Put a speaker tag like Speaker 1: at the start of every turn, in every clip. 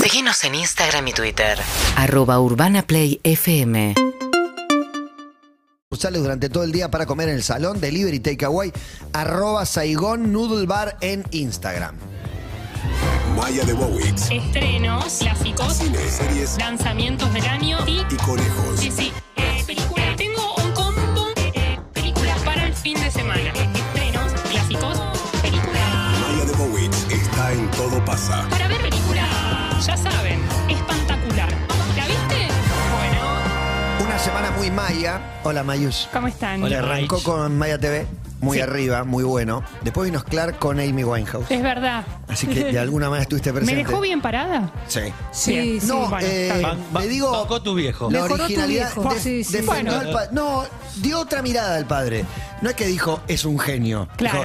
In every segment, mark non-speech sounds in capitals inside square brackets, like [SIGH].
Speaker 1: Seguinos en Instagram y Twitter.
Speaker 2: Arroba Urbana Play FM.
Speaker 3: Sales durante todo el día para comer en el salón, delivery takeaway, arroba Saigón Noodle Bar en Instagram.
Speaker 4: Maya de Bowitz.
Speaker 5: Estrenos, clásicos,
Speaker 4: Cine, series
Speaker 5: lanzamientos del año y.
Speaker 4: y conejos.
Speaker 5: Sí, sí, eh, películas. Tengo un combo eh, películas para el fin de semana. Estrenos, clásicos, películas.
Speaker 4: Maya de Bowitz está en Todo Pasa.
Speaker 5: Para ver películas, ya saben, espantacular. ¿La viste? Bueno,
Speaker 3: Una semana muy maya. Hola Mayus.
Speaker 5: ¿cómo están?
Speaker 3: Que arrancó con Maya TV, muy
Speaker 5: Sí.
Speaker 3: arriba, muy bueno. Después vino Clark con Amy Winehouse.
Speaker 5: Es verdad.
Speaker 3: Así que de alguna manera estuviste
Speaker 5: ¿Me
Speaker 3: presente.
Speaker 5: dejó bien parada?
Speaker 3: Sí.
Speaker 6: Sí,
Speaker 5: Bien.
Speaker 6: sí.
Speaker 3: No,
Speaker 5: Bueno,
Speaker 3: eh,
Speaker 5: está bien.
Speaker 7: Ban- ba-
Speaker 3: le digo.
Speaker 7: bancó tu viejo.
Speaker 3: La
Speaker 6: Mejoró tu
Speaker 3: originalidad
Speaker 6: viejo.
Speaker 3: de-
Speaker 6: Sí, sí.
Speaker 3: defendió
Speaker 5: Bueno.
Speaker 3: al pa- No, dio otra mirada al padre. No es que dijo, es un genio.
Speaker 5: Claro.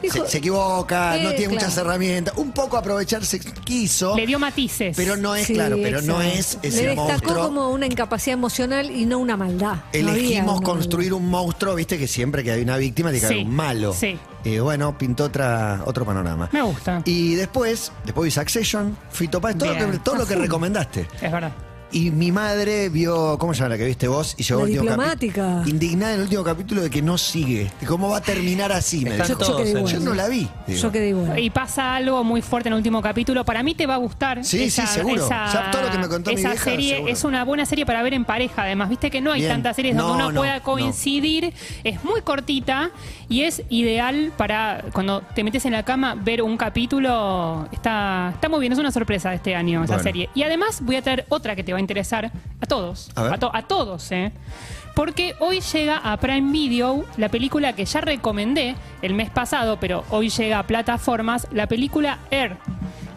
Speaker 3: Dijo,
Speaker 6: Dijo,
Speaker 3: se, se equivoca, no
Speaker 6: eh,
Speaker 3: tiene
Speaker 6: claro.
Speaker 3: muchas herramientas. Un poco aprovecharse quiso.
Speaker 5: Le dio matices.
Speaker 3: Pero no es,
Speaker 6: Sí,
Speaker 3: claro, pero no es
Speaker 6: exacto.
Speaker 3: ese
Speaker 6: Le destacó
Speaker 3: monstruo.
Speaker 6: como una incapacidad emocional y no una maldad. No había
Speaker 3: Elegimos
Speaker 6: una
Speaker 3: construir un monstruo, viste que siempre que hay una víctima tiene que
Speaker 5: Sí,
Speaker 3: haber un malo.
Speaker 5: sí.
Speaker 3: Eh, bueno, pintó otra, otro panorama.
Speaker 5: Me gusta.
Speaker 3: Y después, después vi Succession, Fito Páez, todo,
Speaker 5: Bien.
Speaker 3: lo que, todo
Speaker 6: [LAUGHS]
Speaker 3: lo que recomendaste.
Speaker 5: Es verdad.
Speaker 3: Y mi madre vio, ¿cómo se llama la que viste vos? Y llegó
Speaker 6: La
Speaker 3: el último
Speaker 6: diplomática.
Speaker 3: capítulo. Indignada en el último capítulo de que no sigue. De ¿Cómo va a terminar así? Me
Speaker 7: Están
Speaker 3: dijo.
Speaker 6: Yo- yo
Speaker 7: todos
Speaker 6: quedé
Speaker 7: en-
Speaker 6: igual.
Speaker 3: Yo no la vi. digo.
Speaker 6: Yo quedé igual.
Speaker 5: Y pasa algo muy fuerte en el último capítulo. Para mí te va a gustar.
Speaker 3: Sí,
Speaker 5: esa,
Speaker 3: sí, seguro.
Speaker 5: Esa,
Speaker 3: Ya todo lo que me contó mi
Speaker 5: esa
Speaker 3: vieja,
Speaker 5: serie
Speaker 3: seguro.
Speaker 5: es una buena serie para ver en pareja. Además, viste que no hay
Speaker 3: Bien.
Speaker 5: tantas series
Speaker 3: No,
Speaker 5: donde uno
Speaker 3: no,
Speaker 5: pueda
Speaker 3: no.
Speaker 5: coincidir. Es muy cortita y es ideal para cuando te metes en la cama ver un capítulo. Está, está muy bien. Es una sorpresa de este año esa
Speaker 3: Bueno.
Speaker 5: serie. Y además voy a traer otra que te va a interesar a todos.
Speaker 3: A ver.
Speaker 5: to- a todos, ¿eh? Porque hoy llega a Prime Video la película que ya recomendé el mes pasado, pero hoy llega a plataformas, la película Air.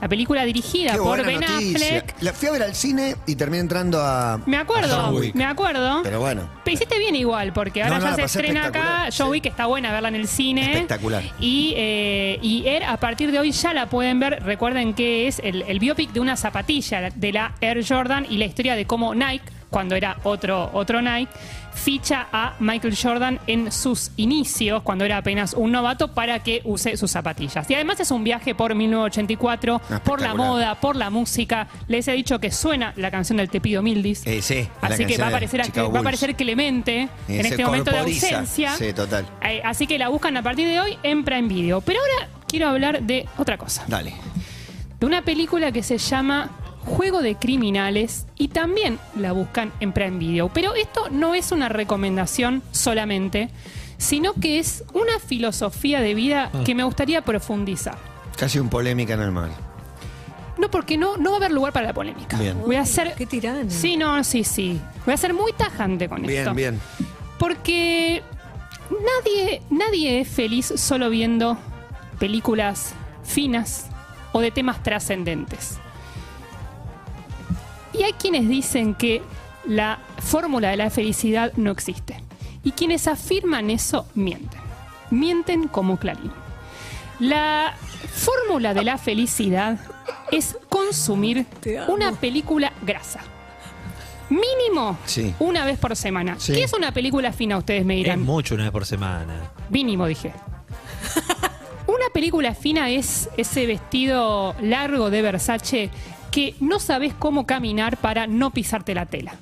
Speaker 5: La película dirigida
Speaker 3: Qué
Speaker 5: por
Speaker 3: buena
Speaker 5: Ben
Speaker 3: noticia.
Speaker 5: Affleck.
Speaker 3: La fui a ver al cine y terminé entrando a.
Speaker 5: Me
Speaker 3: a
Speaker 5: acuerdo,
Speaker 3: John Wick.
Speaker 5: me acuerdo.
Speaker 3: Pero bueno.
Speaker 5: Pero hiciste bien igual, porque ahora
Speaker 3: No, no,
Speaker 5: ya
Speaker 3: la
Speaker 5: se
Speaker 3: pasé
Speaker 5: estrena acá.
Speaker 3: espectacular,
Speaker 5: Joe
Speaker 3: sí.
Speaker 5: Wick está buena verla en el cine.
Speaker 3: Espectacular.
Speaker 5: Y, eh, y Air, a partir de hoy ya la pueden ver. Recuerden que es el, el biopic de una zapatilla de la Air Jordan y la historia de cómo Nike, cuando era otro, otro Nike, ficha a Michael Jordan en sus inicios, cuando era apenas un novato, para que use sus zapatillas. Y además es un viaje por 1984, por la
Speaker 3: Ah, Espectacular.
Speaker 5: moda, por la música. Les he dicho que suena la canción del Te pido Mildis.
Speaker 3: Eh, sí, la
Speaker 5: Así que
Speaker 3: canción
Speaker 5: va a
Speaker 3: de
Speaker 5: aparecer, aquí-
Speaker 3: Chicago
Speaker 5: va a
Speaker 3: Bulls.
Speaker 5: aparecer Clemente
Speaker 3: Eh,
Speaker 5: en
Speaker 3: se
Speaker 5: este momento de
Speaker 3: corporiza.
Speaker 5: ausencia.
Speaker 3: Sí, total.
Speaker 5: Eh, así que la buscan a partir de hoy en Prime Video. Pero ahora quiero hablar de otra cosa.
Speaker 3: Dale.
Speaker 5: De una película que se llama Juego de Criminales y también la buscan en Prime Video. Pero esto no es una recomendación solamente, sino que es una filosofía de vida
Speaker 3: Ah.
Speaker 5: que me gustaría profundizar.
Speaker 3: Casi un polémica en el mal.
Speaker 5: No, porque no, no va a haber lugar para la polémica.
Speaker 3: Bien.
Speaker 5: Voy a ser...
Speaker 6: Qué tirano.
Speaker 5: Sí, no, sí, sí. Voy a ser muy tajante con esto.
Speaker 3: Bien, bien.
Speaker 5: Porque nadie, nadie es feliz solo viendo películas finas o de temas trascendentes. Y hay quienes dicen que la fórmula de la felicidad no existe. Y quienes afirman eso mienten. Mienten como Clarín. La fórmula de la felicidad es consumir
Speaker 6: Te amo.
Speaker 5: una película grasa. Mínimo
Speaker 3: Sí.
Speaker 5: una vez por semana.
Speaker 3: Sí.
Speaker 5: ¿Qué es una película fina? Ustedes me
Speaker 7: Es
Speaker 5: dirán.
Speaker 7: mucho una vez por semana.
Speaker 5: Mínimo, dije. Una película fina es ese vestido largo de Versace que no sabes cómo caminar para no pisarte la tela.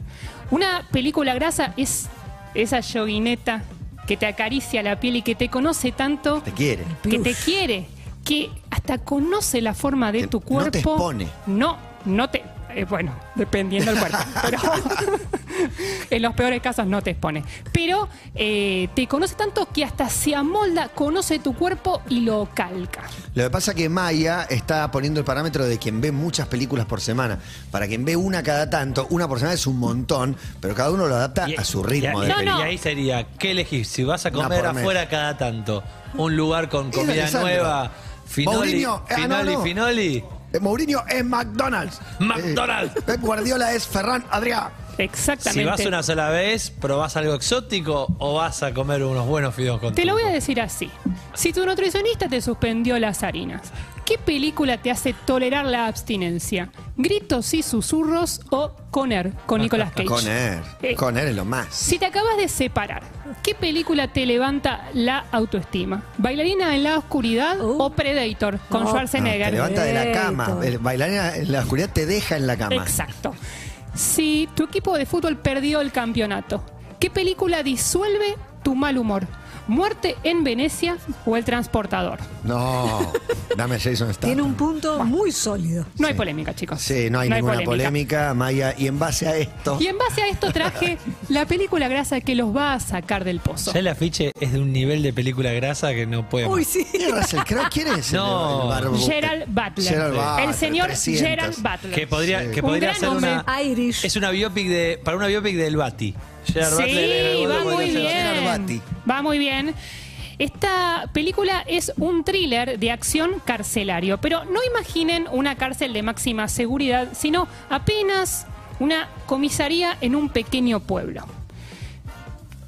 Speaker 5: Una película grasa es esa yoguineta que te acaricia la piel y que te conoce tanto
Speaker 3: Te quiere.
Speaker 5: que te quiere, que hasta conoce la forma de
Speaker 3: Que
Speaker 5: tu
Speaker 3: no te
Speaker 5: cuerpo.
Speaker 3: expone.
Speaker 5: No, no te. eh, bueno, dependiendo del cuerpo. [LAUGHS] pero en los peores casos no te expone. Pero eh, te conoce tanto que hasta se amolda, conoce tu cuerpo y lo calca.
Speaker 3: Lo que pasa es que Maya está poniendo el parámetro de quien ve muchas películas por semana. Para quien ve una cada tanto, una por semana es un montón, pero cada uno lo adapta
Speaker 7: Y-
Speaker 3: a su ritmo
Speaker 7: y,
Speaker 3: de
Speaker 5: No,
Speaker 7: y
Speaker 3: película.
Speaker 5: no.
Speaker 7: ahí sería, ¿qué elegís? Si vas a
Speaker 3: Una
Speaker 7: comer
Speaker 3: por mes.
Speaker 7: afuera cada tanto, un lugar con
Speaker 3: Y
Speaker 7: comida
Speaker 3: Alessandro.
Speaker 7: nueva, Finoli,
Speaker 3: Mourinho, ah, no,
Speaker 7: Finoli,
Speaker 3: no.
Speaker 7: Finoli.
Speaker 3: Eh, Mourinho es McDonald's.
Speaker 7: McDonald's.
Speaker 3: Eh, Pep Guardiola es Ferran Adrià.
Speaker 7: Si
Speaker 5: Exactamente.
Speaker 7: vas una sola vez, probás algo exótico o vas a comer unos buenos fideos con
Speaker 5: Te lo voy a
Speaker 7: truco?
Speaker 5: decir así. Si tu nutricionista te suspendió las harinas, ¿Qué película te hace tolerar la abstinencia? ¿Gritos y susurros o Conner con
Speaker 3: [LAUGHS]
Speaker 5: Nicolas Cage?
Speaker 3: Conner.
Speaker 5: Eh,
Speaker 3: Conner es lo más. Ah,
Speaker 5: Si te acabas de separar, ¿qué película te levanta la autoestima? ¿Bailarina en la oscuridad
Speaker 6: Uh.
Speaker 5: o Predator con
Speaker 6: No.
Speaker 3: No,
Speaker 5: Schwarzenegger?
Speaker 3: Ah, te levanta de la
Speaker 6: Perfecto.
Speaker 3: cama. El bailarina en la oscuridad te deja en la cama.
Speaker 5: Exacto. Si tu equipo de fútbol perdió el campeonato, ¿qué película disuelve tu mal humor? ¿Muerte en Venecia o El Transportador?
Speaker 3: No, dame Jason Statham.
Speaker 6: Tiene un punto muy sólido.
Speaker 5: No hay polémica, chicos.
Speaker 3: Sí, no hay ninguna polémica. Maya. Y en base a esto,
Speaker 5: Y en base a
Speaker 3: [LAUGHS]
Speaker 5: esto traje la película grasa que los va a sacar del pozo.
Speaker 7: Ya el afiche es de un nivel de película grasa que no puede.
Speaker 6: Uy,
Speaker 7: más.
Speaker 6: sí.
Speaker 3: ¿quién es Russell Crowe? ¿Quién es el-
Speaker 7: No.
Speaker 3: el barbu-
Speaker 5: Gerald Butler.
Speaker 3: Gerald Butler,
Speaker 5: el señor
Speaker 3: 300.
Speaker 5: Gerald Butler.
Speaker 7: Que podría, que
Speaker 5: Un
Speaker 7: podría
Speaker 5: gran
Speaker 7: ser
Speaker 5: hombre.
Speaker 7: una.
Speaker 6: Irish.
Speaker 7: Es una biopic de. Para una biopic del Bati. Gerard
Speaker 5: sí,
Speaker 7: Butler era el
Speaker 5: va
Speaker 7: boludo
Speaker 5: muy
Speaker 7: que se-
Speaker 3: Gerard Bati.
Speaker 5: bien. Va muy bien. Esta película es un thriller de acción carcelario, pero no imaginen una cárcel de máxima seguridad, sino apenas una comisaría en un pequeño pueblo.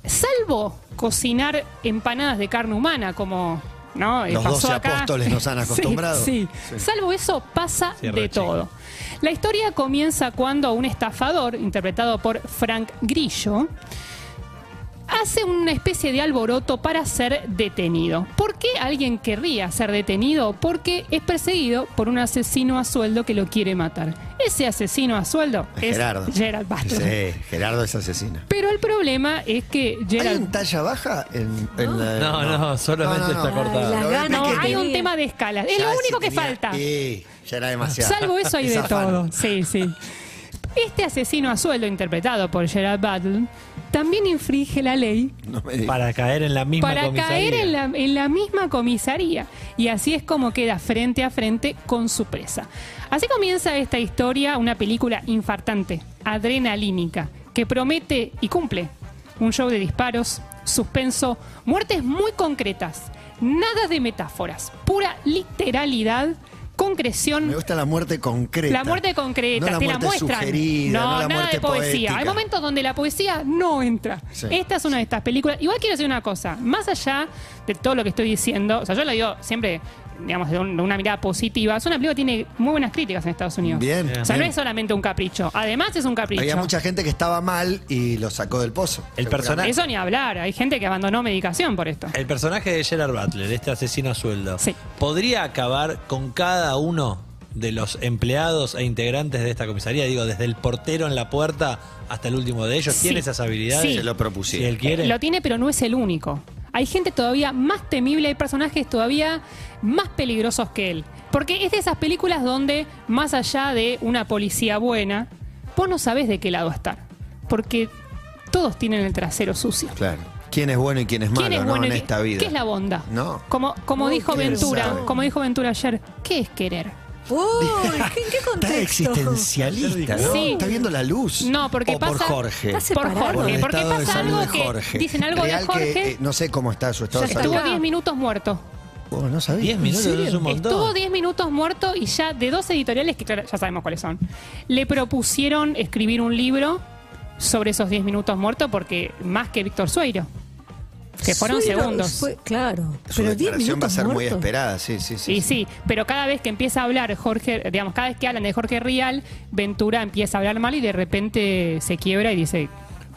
Speaker 5: Salvo cocinar empanadas de carne humana, como ¿no? Eh,
Speaker 3: Los
Speaker 5: pasó
Speaker 3: 12
Speaker 5: acá.
Speaker 3: apóstoles nos han
Speaker 5: [LAUGHS] Sí,
Speaker 3: acostumbrado.
Speaker 5: sí. Salvo eso, pasa
Speaker 7: Cierra
Speaker 5: de
Speaker 7: el cheque.
Speaker 5: todo. La historia comienza cuando un estafador, interpretado por Frank Grillo, hace una especie de alboroto para ser detenido. ¿Por qué alguien querría ser detenido? Porque es perseguido por un asesino a sueldo que lo quiere matar. Ese asesino a sueldo es
Speaker 3: Gerardo.
Speaker 5: Gerald Butler.
Speaker 3: Sí, Gerardo es asesina.
Speaker 5: Pero el problema es que
Speaker 3: ¿Hay un
Speaker 5: Gerald...
Speaker 3: talla baja en, en la.?
Speaker 7: No, no, solamente está cortada.
Speaker 6: Ay, la
Speaker 3: Lo ven
Speaker 6: gana
Speaker 5: No,
Speaker 3: pequeño.
Speaker 6: que
Speaker 5: hay un
Speaker 6: tenía.
Speaker 5: tema de escala. Es
Speaker 3: Ya
Speaker 5: lo
Speaker 3: se
Speaker 5: único que
Speaker 3: tenía-
Speaker 5: falta.
Speaker 3: Sí, ya era demasiado.
Speaker 5: Salvo eso
Speaker 3: [LAUGHS]
Speaker 5: hay
Speaker 3: Es
Speaker 5: de
Speaker 3: afán.
Speaker 5: todo. Sí, sí. Este asesino a sueldo interpretado por Gerard Butler también infringe la ley
Speaker 3: No me digas.
Speaker 7: Para caer en la misma
Speaker 5: para
Speaker 7: comisaría.
Speaker 5: caer en la, en la misma comisaría. Y así es como queda frente a frente con su presa. Así comienza esta historia, una película infartante, adrenalínica, que promete y cumple un show de disparos, suspenso, muertes muy concretas, nada de metáforas, pura literalidad, concreción.
Speaker 3: Me gusta la muerte concreta.
Speaker 5: La muerte concreta,
Speaker 3: No la
Speaker 5: te
Speaker 3: muerte
Speaker 5: la muestran.
Speaker 3: sugerida, no,
Speaker 5: no,
Speaker 3: la
Speaker 5: nada
Speaker 3: muerte
Speaker 5: de poesía.
Speaker 3: poética.
Speaker 5: Hay momentos donde la poesía no entra.
Speaker 3: Sí.
Speaker 5: Esta es una de estas películas. Igual quiero decir una cosa, más allá de todo lo que estoy diciendo, o sea, yo lo digo siempre, digamos, de, un- de una mirada positiva, es una película que tiene muy buenas críticas en Estados Unidos.
Speaker 3: Bien,
Speaker 5: O sea,
Speaker 3: bien.
Speaker 5: no es solamente un capricho. Además es un capricho.
Speaker 3: Había mucha gente que estaba mal y lo sacó del pozo.
Speaker 7: El personaje-
Speaker 5: Eso ni hablar. Hay gente que abandonó medicación por esto.
Speaker 7: El personaje de Gerard Butler, este asesino a sueldo,
Speaker 5: Sí.
Speaker 7: ¿podría acabar con cada uno de los empleados e integrantes de esta comisaría? Digo, desde el portero en la puerta hasta el último de ellos.
Speaker 5: Sí.
Speaker 7: ¿Tiene esas habilidades?
Speaker 5: Sí.
Speaker 3: Se lo
Speaker 7: Si
Speaker 3: propusieron.
Speaker 7: él quiere.
Speaker 5: Lo tiene, pero no es el único. Hay gente todavía más temible, hay personajes todavía más peligrosos que él. Porque es de esas películas donde, más allá de una policía buena, vos no sabés de qué lado estar. Porque todos tienen el trasero sucio.
Speaker 3: Claro. ¿Quién es bueno y quién es malo
Speaker 5: ¿Quién es
Speaker 3: ¿no?
Speaker 5: bueno y
Speaker 3: en
Speaker 5: qué-
Speaker 3: esta vida?
Speaker 5: ¿Qué es la bondad?
Speaker 3: No.
Speaker 5: Como, como
Speaker 6: No,
Speaker 5: dijo
Speaker 3: ¿quién
Speaker 5: Ventura,
Speaker 3: sabe?
Speaker 5: como dijo Ventura ayer, ¿qué es querer?
Speaker 6: Uy, ¿qué- ¿en qué
Speaker 3: Está
Speaker 6: contexto?
Speaker 3: existencialista, ¿no?
Speaker 5: Sí.
Speaker 3: Está viendo la luz.
Speaker 5: No, porque
Speaker 3: o por
Speaker 5: pasa-
Speaker 3: Jorge.
Speaker 6: Está
Speaker 5: Por
Speaker 6: separado.
Speaker 5: Jorge,
Speaker 3: el
Speaker 5: porque
Speaker 3: estado de
Speaker 5: pasa
Speaker 3: salud
Speaker 5: algo
Speaker 3: de
Speaker 5: que
Speaker 3: Jorge.
Speaker 5: dicen algo
Speaker 3: Real
Speaker 5: de
Speaker 3: que,
Speaker 5: Jorge.
Speaker 3: eh, no sé cómo está su estado de salud.
Speaker 5: Estuvo
Speaker 6: acá.
Speaker 5: 10 minutos muerto.
Speaker 3: Oh, no sabía.
Speaker 7: 10 minutos
Speaker 3: ¿En serio?
Speaker 7: es un montón.
Speaker 5: Estuvo 10 minutos muerto y ya de dos editoriales, que claro, ya sabemos cuáles son, le propusieron escribir un libro sobre esos 10 minutos muertos porque más que Víctor Sueiro, que fueron
Speaker 6: Suero
Speaker 5: segundos.
Speaker 6: fue- claro,
Speaker 3: Su
Speaker 6: pero 10
Speaker 3: declaración
Speaker 6: minutos
Speaker 3: va a ser muy
Speaker 6: muertos.
Speaker 3: esperada, sí, sí, sí.
Speaker 5: y sí, pero cada vez que empieza a hablar Jorge, digamos, cada vez que hablan de Jorge Rial, Ventura empieza a hablar mal y de repente se quiebra y dice,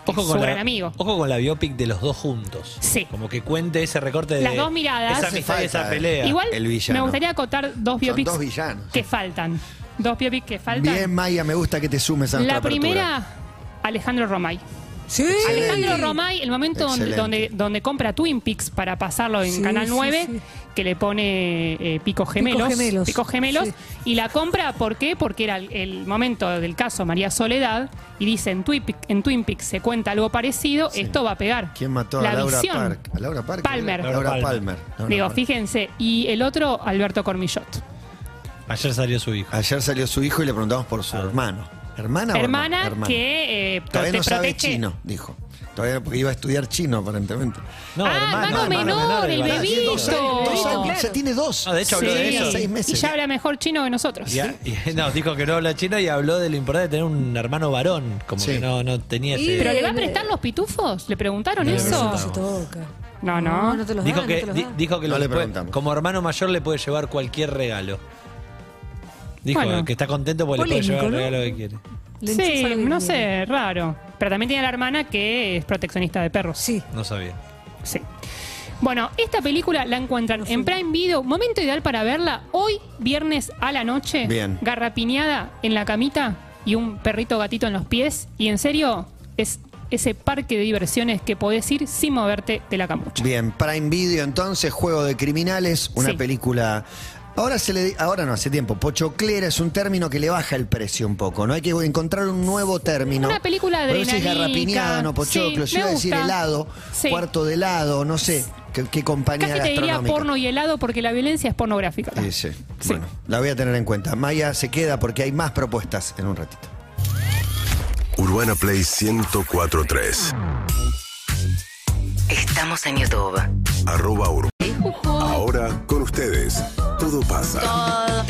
Speaker 7: Ojo
Speaker 5: "Es
Speaker 7: con,
Speaker 5: su
Speaker 7: la,
Speaker 5: gran amigo.
Speaker 7: ojo con la biopic de los dos juntos.
Speaker 5: Sí.
Speaker 7: Como que cuente ese recorte de.
Speaker 5: Las dos miradas.
Speaker 7: Esa amistad y esa
Speaker 3: Falta, eh.
Speaker 7: pelea.
Speaker 5: Igual
Speaker 3: el villano.
Speaker 5: me gustaría acotar dos biopics
Speaker 3: dos villanos.
Speaker 5: que faltan. Dos biopics que faltan.
Speaker 3: Bien, Maya, me gusta que te sumes a nuestra
Speaker 5: la
Speaker 3: apertura.
Speaker 5: primera, Alejandro Romay.
Speaker 6: Sí.
Speaker 5: Alejandro Romay, el momento donde,
Speaker 3: Excelente.
Speaker 5: donde, donde compra Twin Peaks para pasarlo en
Speaker 6: Sí,
Speaker 5: Canal
Speaker 6: sí,
Speaker 5: 9,
Speaker 6: sí.
Speaker 5: que le pone eh, Pico Gemelos.
Speaker 6: Gemelos.
Speaker 5: Pico Gemelos.
Speaker 6: Sí.
Speaker 5: Y la compra, ¿por qué? Porque era el, el momento del caso María Soledad. Y dice, en Twin, Peaks- en Twin Peaks se cuenta algo parecido, esto va a pegar.
Speaker 3: ¿Quién mató
Speaker 5: la
Speaker 3: a Laura
Speaker 5: visión.
Speaker 3: Park? ¿A Laura Park?
Speaker 5: Palmer.
Speaker 3: Laura
Speaker 7: Laura
Speaker 3: Palmer.
Speaker 7: Palmer.
Speaker 3: Laura
Speaker 5: Digo,
Speaker 3: Palmer.
Speaker 5: fíjense. Y el otro, Alberto Cormillot.
Speaker 7: Ayer salió su hijo.
Speaker 3: Ayer salió su hijo y le preguntamos por su hermano. ¿Hermana o
Speaker 5: Hermana,
Speaker 3: hermano?
Speaker 5: que eh,
Speaker 3: Todavía
Speaker 5: prote-
Speaker 3: no sabe
Speaker 5: protege-
Speaker 3: chino, dijo. Todavía no, porque iba a estudiar chino, aparentemente.
Speaker 5: Ah, hermano menor, el
Speaker 7: del
Speaker 3: Ah,
Speaker 5: bebé.
Speaker 7: Barati.
Speaker 3: tiene dos años, dos
Speaker 5: Claro.
Speaker 3: años, o sea, tiene dos.
Speaker 7: Ah, de hecho, habló de
Speaker 5: Sí.
Speaker 7: eso.
Speaker 3: Seis
Speaker 5: Y
Speaker 3: meses.
Speaker 5: ya habla mejor chino que nosotros.
Speaker 7: Y a- y- no, dijo que no habla chino y habló de lo importante de tener un hermano varón. Como
Speaker 3: Sí.
Speaker 7: que no, no tenía
Speaker 6: Y-
Speaker 7: ese.
Speaker 5: ¿Pero le va a prestar los pitufos? ¿Le preguntaron
Speaker 7: No le
Speaker 5: eso?
Speaker 6: No se toca.
Speaker 5: No, no.
Speaker 6: No te los
Speaker 7: Dijo
Speaker 6: dan,
Speaker 7: que,
Speaker 6: no te los
Speaker 7: di-
Speaker 6: dan.
Speaker 7: dijo que
Speaker 3: No
Speaker 7: lo
Speaker 3: le
Speaker 7: que puede-
Speaker 3: preguntamos.
Speaker 7: como hermano mayor le puede llevar cualquier regalo. Dijo
Speaker 5: Bueno.
Speaker 7: que está contento porque le
Speaker 6: Polémico,
Speaker 7: puede llevar
Speaker 6: ¿no?
Speaker 7: el regalo que quiere.
Speaker 6: Le
Speaker 5: sí,
Speaker 6: enchufa el-
Speaker 5: no sé, raro. Pero también tiene la hermana que es proteccionista de perros.
Speaker 6: Sí.
Speaker 7: No sabía.
Speaker 5: Sí. Bueno, esta película la encuentran en Prime Video, momento ideal para verla hoy, viernes a la noche.
Speaker 3: Bien.
Speaker 5: Garrapiñada en la camita y un perrito gatito en los pies. Y en serio, es ese parque de diversiones que podés ir sin moverte de la camucha.
Speaker 3: Bien, Prime Video entonces, Juego de Criminales, una
Speaker 5: Sí.
Speaker 3: película... Ahora, se le, di- ahora no, hace tiempo. Pochoclera es un término que le baja el precio un poco, ¿no? Hay que encontrar un nuevo término.
Speaker 5: Una película
Speaker 3: Pero decís
Speaker 5: adrenalínica.
Speaker 3: garrapiñada, no pochoclo.
Speaker 5: Sí,
Speaker 3: Yo iba
Speaker 5: me
Speaker 3: a decir
Speaker 5: gusta.
Speaker 3: helado,
Speaker 5: Sí.
Speaker 3: cuarto de helado, no sé qué, qué compañía
Speaker 5: Casi te diría
Speaker 3: gastronómica.
Speaker 5: porno y helado porque la violencia es pornográfica.
Speaker 3: Sí, sí. Bueno, la voy a tener en cuenta. Maya se queda porque hay más propuestas en un ratito.
Speaker 4: Urbana Play 1043.
Speaker 1: Estamos en YouTube.
Speaker 4: Arroba Ur- Ahora con ustedes, todo pasa.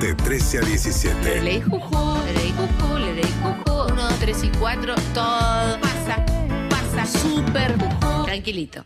Speaker 4: De 13 a 17.
Speaker 8: Leí juju, leí juju, leí juju. Uno, dos, tres y cuatro, todo pasa, pasa, súper juju. Tranquilito.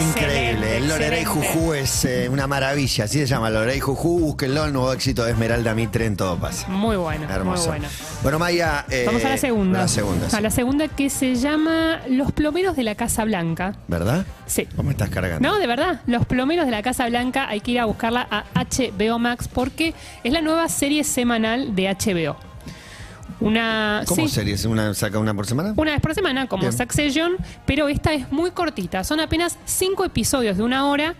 Speaker 3: Increíble. El Lorelei Jujú es eh, una maravilla. Así se llama Lorelei Jujú. Búsquenlo, el nuevo éxito de Esmeralda Mitre en todo pasa.
Speaker 5: Muy bueno, muy
Speaker 3: Hermoso.
Speaker 5: bueno.
Speaker 3: Bueno, Maya. eh,
Speaker 5: Vamos a la segunda.
Speaker 3: La segunda. sí.
Speaker 5: A la segunda que se llama Los plomeros de la Casa Blanca.
Speaker 3: ¿Verdad?
Speaker 5: Sí.
Speaker 3: ¿Cómo estás cargando?
Speaker 5: No, de verdad, Los Plomeros de la Casa Blanca hay que ir a buscarla a HBO Max porque es la nueva serie semanal de HBO. Una,
Speaker 3: ¿Cómo
Speaker 5: sí,
Speaker 3: series? ¿Una, ¿Saca una por semana?
Speaker 5: Una vez por semana, como
Speaker 3: Bien.
Speaker 5: Succession, pero esta es muy cortita. Son apenas cinco episodios de una hora.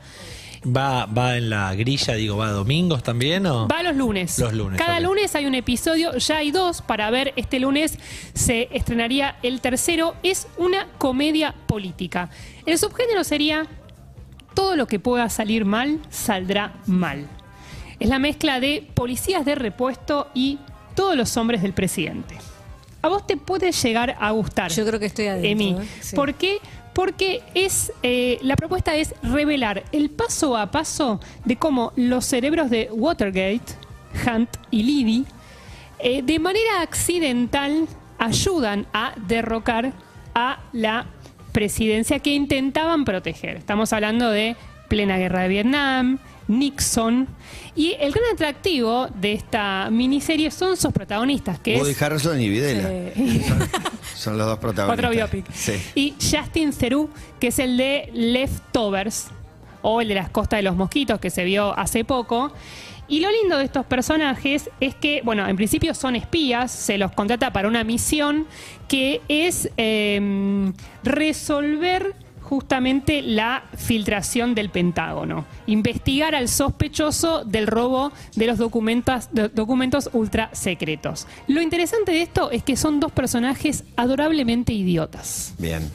Speaker 7: ¿Va, va en la grilla, digo, va domingos también o?
Speaker 5: Va los lunes.
Speaker 7: Los lunes,
Speaker 5: Cada
Speaker 7: ok.
Speaker 5: lunes hay un episodio, ya hay dos para ver. Este lunes se estrenaría el tercero. Es una comedia política. El subgénero sería todo lo que pueda salir mal, saldrá mal. Es la mezcla de policías de repuesto y todos los hombres del presidente. A vos te puede llegar a gustar.
Speaker 6: Yo creo que estoy adentro,
Speaker 5: Emi.
Speaker 6: ¿eh? Sí.
Speaker 5: ¿Por qué? Porque es, eh, la propuesta es revelar el paso a paso de cómo los cerebros de Watergate, Hunt y Liddy, eh, de manera accidental ayudan a derrocar a la presidencia que intentaban proteger. Estamos hablando de plena guerra de Vietnam, Nixon, y el gran atractivo de esta miniserie son sus protagonistas, que
Speaker 3: Woody
Speaker 5: es...
Speaker 3: Harrison y Videla.
Speaker 5: eh,
Speaker 3: [LAUGHS] Son los dos protagonistas.
Speaker 5: Otro biopic.
Speaker 3: Sí.
Speaker 5: Y Justin Theroux, que es el de Leftovers, o el de las costas de los mosquitos, que se vio hace poco. Y lo lindo de estos personajes es que, bueno, en principio son espías, se los contrata para una misión que es eh, resolver justamente la filtración del Pentágono, investigar al sospechoso del robo de los documentos, de- documentos ultra secretos. Lo interesante de esto es que son dos personajes adorablemente idiotas.
Speaker 3: Bien.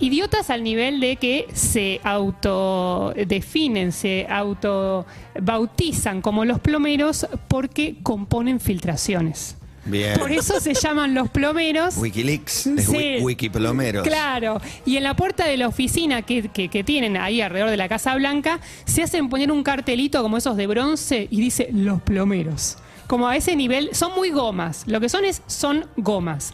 Speaker 5: Idiotas al nivel de que se autodefinen, se autobautizan como los plomeros porque componen filtraciones.
Speaker 3: Bien.
Speaker 5: Por eso se llaman los plomeros.
Speaker 3: Wikileaks. Es
Speaker 5: Sí.
Speaker 3: wi- Wikiplomeros.
Speaker 5: Claro, y en la puerta de la oficina que, que- que tienen ahí alrededor de la Casa Blanca, se hacen poner un cartelito como esos de bronce y dice los plomeros. Como a ese nivel, son muy gomas. Lo que son es, son gomas.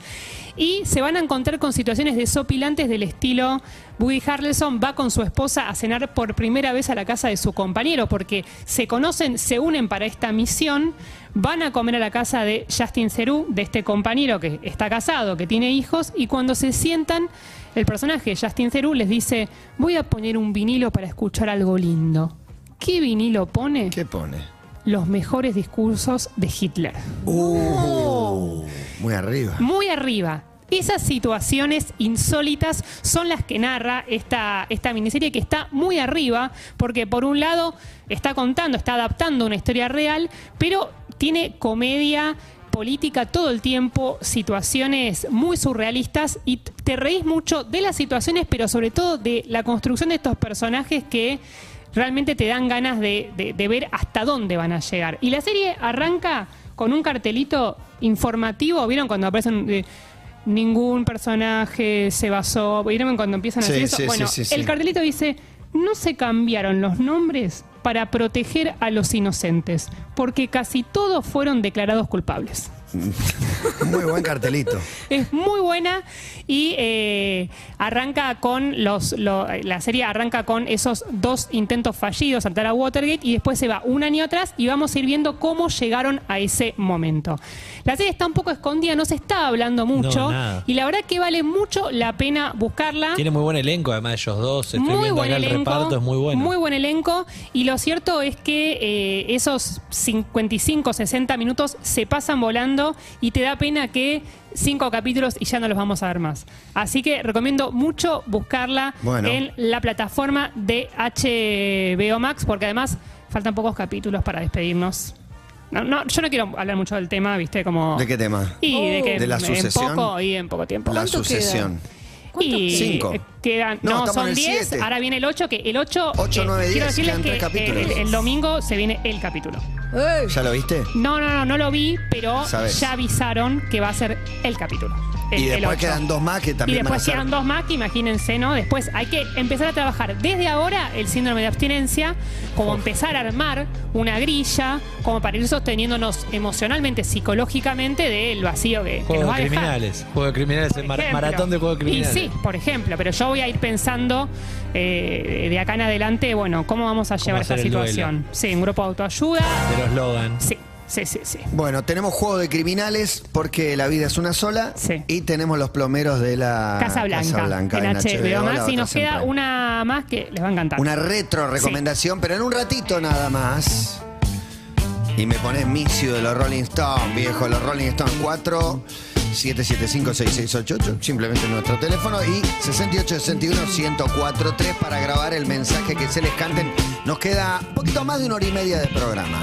Speaker 5: Y se van a encontrar con situaciones desopilantes del estilo. Woody Harrelson va con su esposa a cenar por primera vez a la casa de su compañero, porque se conocen, se unen para esta misión, van a comer a la casa de Justin Cerú, de este compañero que está casado, que tiene hijos, y cuando se sientan, el personaje Justin Cerú les dice, voy a poner un vinilo para escuchar algo lindo. ¿Qué vinilo pone?
Speaker 3: ¿Qué pone?
Speaker 5: Los mejores discursos de Hitler.
Speaker 3: Uh, muy arriba.
Speaker 5: Muy arriba. Esas situaciones insólitas son las que narra esta, esta miniserie que está muy arriba, porque por un lado está contando, está adaptando una historia real, pero tiene comedia política todo el tiempo, situaciones muy surrealistas y t- te reís mucho de las situaciones, pero sobre todo de la construcción de estos personajes que realmente te dan ganas de, de- de ver hasta dónde van a llegar. Y la serie arranca con un cartelito informativo, ¿vieron cuando aparecen... eh, ningún personaje se basó, ¿vieron cuando empiezan a
Speaker 3: Sí,
Speaker 5: decir eso?
Speaker 3: sí,
Speaker 5: bueno,
Speaker 3: sí, sí,
Speaker 5: el
Speaker 3: sí.
Speaker 5: cartelito dice, no se cambiaron los nombres para proteger a los inocentes, porque casi todos fueron declarados culpables.
Speaker 3: Muy buen
Speaker 5: [LAUGHS]
Speaker 3: cartelito.
Speaker 5: Es muy buena y eh, arranca con los. lo- la serie arranca con esos dos intentos fallidos ante la Watergate y después se va un año atrás y vamos a ir viendo cómo llegaron a ese momento. La serie está un poco escondida, no se está hablando mucho
Speaker 7: nada.
Speaker 5: y la verdad que vale mucho la pena buscarla.
Speaker 7: Tiene muy buen elenco, además de ellos dos. Estoy
Speaker 5: Muy
Speaker 7: viendo
Speaker 5: buen
Speaker 7: acá
Speaker 5: elenco.
Speaker 7: el reparto, es muy bueno.
Speaker 5: buen elenco. Y lo cierto es que eh, esos 55, 60 minutos se pasan volando y te da pena que cinco capítulos y ya no los vamos a ver más. Así que recomiendo mucho buscarla
Speaker 3: Bueno.
Speaker 5: en la plataforma de HBO Max, porque además faltan pocos capítulos para despedirnos. No, no, yo no quiero hablar mucho del tema, ¿viste? Como...
Speaker 3: ¿De qué tema?
Speaker 5: Y de que
Speaker 3: ¿De la
Speaker 5: en
Speaker 3: sucesión?
Speaker 5: poco y en poco tiempo.
Speaker 3: La
Speaker 6: ¿Cuánto queda?
Speaker 3: sucesión.
Speaker 6: ¿Cuánto
Speaker 5: Y
Speaker 6: queda?
Speaker 3: Cinco.
Speaker 5: quedan-
Speaker 3: No,
Speaker 5: no,
Speaker 3: estamos en
Speaker 5: son
Speaker 3: el
Speaker 5: 10,
Speaker 3: siete.
Speaker 5: ahora viene el 8, que el 8...
Speaker 3: Ocho, nueve,
Speaker 5: quiero
Speaker 3: diez,
Speaker 5: decirles
Speaker 3: quedan
Speaker 5: que
Speaker 3: tres capítulos.
Speaker 5: el, el domingo se viene el capítulo.
Speaker 6: ¡Ey!
Speaker 3: ¿Ya lo viste?
Speaker 5: No, no, no, no lo vi, pero
Speaker 3: Sabes.
Speaker 5: ya avisaron que va a ser el capítulo. el-
Speaker 3: Y
Speaker 5: el
Speaker 3: después
Speaker 5: ocho.
Speaker 3: quedan dos más que
Speaker 5: Y
Speaker 3: también van a
Speaker 5: después
Speaker 3: ser.
Speaker 5: quedan dos más, que imagínense, ¿no? Después hay que empezar a trabajar desde ahora el síndrome de abstinencia, como empezar a armar una grilla, como para ir sosteniéndonos emocionalmente, psicológicamente del vacío que, que nos
Speaker 7: Juegos
Speaker 5: va a dejar.
Speaker 7: criminales. Juegos criminales,
Speaker 5: Por
Speaker 7: mar-
Speaker 5: ejemplo.
Speaker 7: maratón de juegos criminales.
Speaker 5: Y sí, por ejemplo, pero yo voy a ir pensando eh, de acá en adelante, bueno, cómo vamos a llevar
Speaker 7: hacer
Speaker 5: esta
Speaker 7: el duelo?
Speaker 5: situación. Sí, un grupo de autoayuda.
Speaker 7: De los Logan.
Speaker 5: Sí, sí, sí, sí.
Speaker 3: Bueno, tenemos juego de criminales porque la vida es una sola.
Speaker 5: Sí.
Speaker 3: Y tenemos los plomeros de la
Speaker 5: Casa Blanca,
Speaker 3: Ah, Blanca
Speaker 5: en HBO,
Speaker 3: la
Speaker 5: Max.
Speaker 3: otra
Speaker 5: Y nos queda
Speaker 3: siempre.
Speaker 5: una más que les va a encantar.
Speaker 3: Una retro recomendación, pero en un ratito nada más. Y me pones Mixio de los Rolling Stones, viejo, los Rolling Stones 4 775-6688, simplemente nuestro teléfono y 6861-1043 para grabar el mensaje que se les canten. Nos queda un poquito más de una hora y media de programa.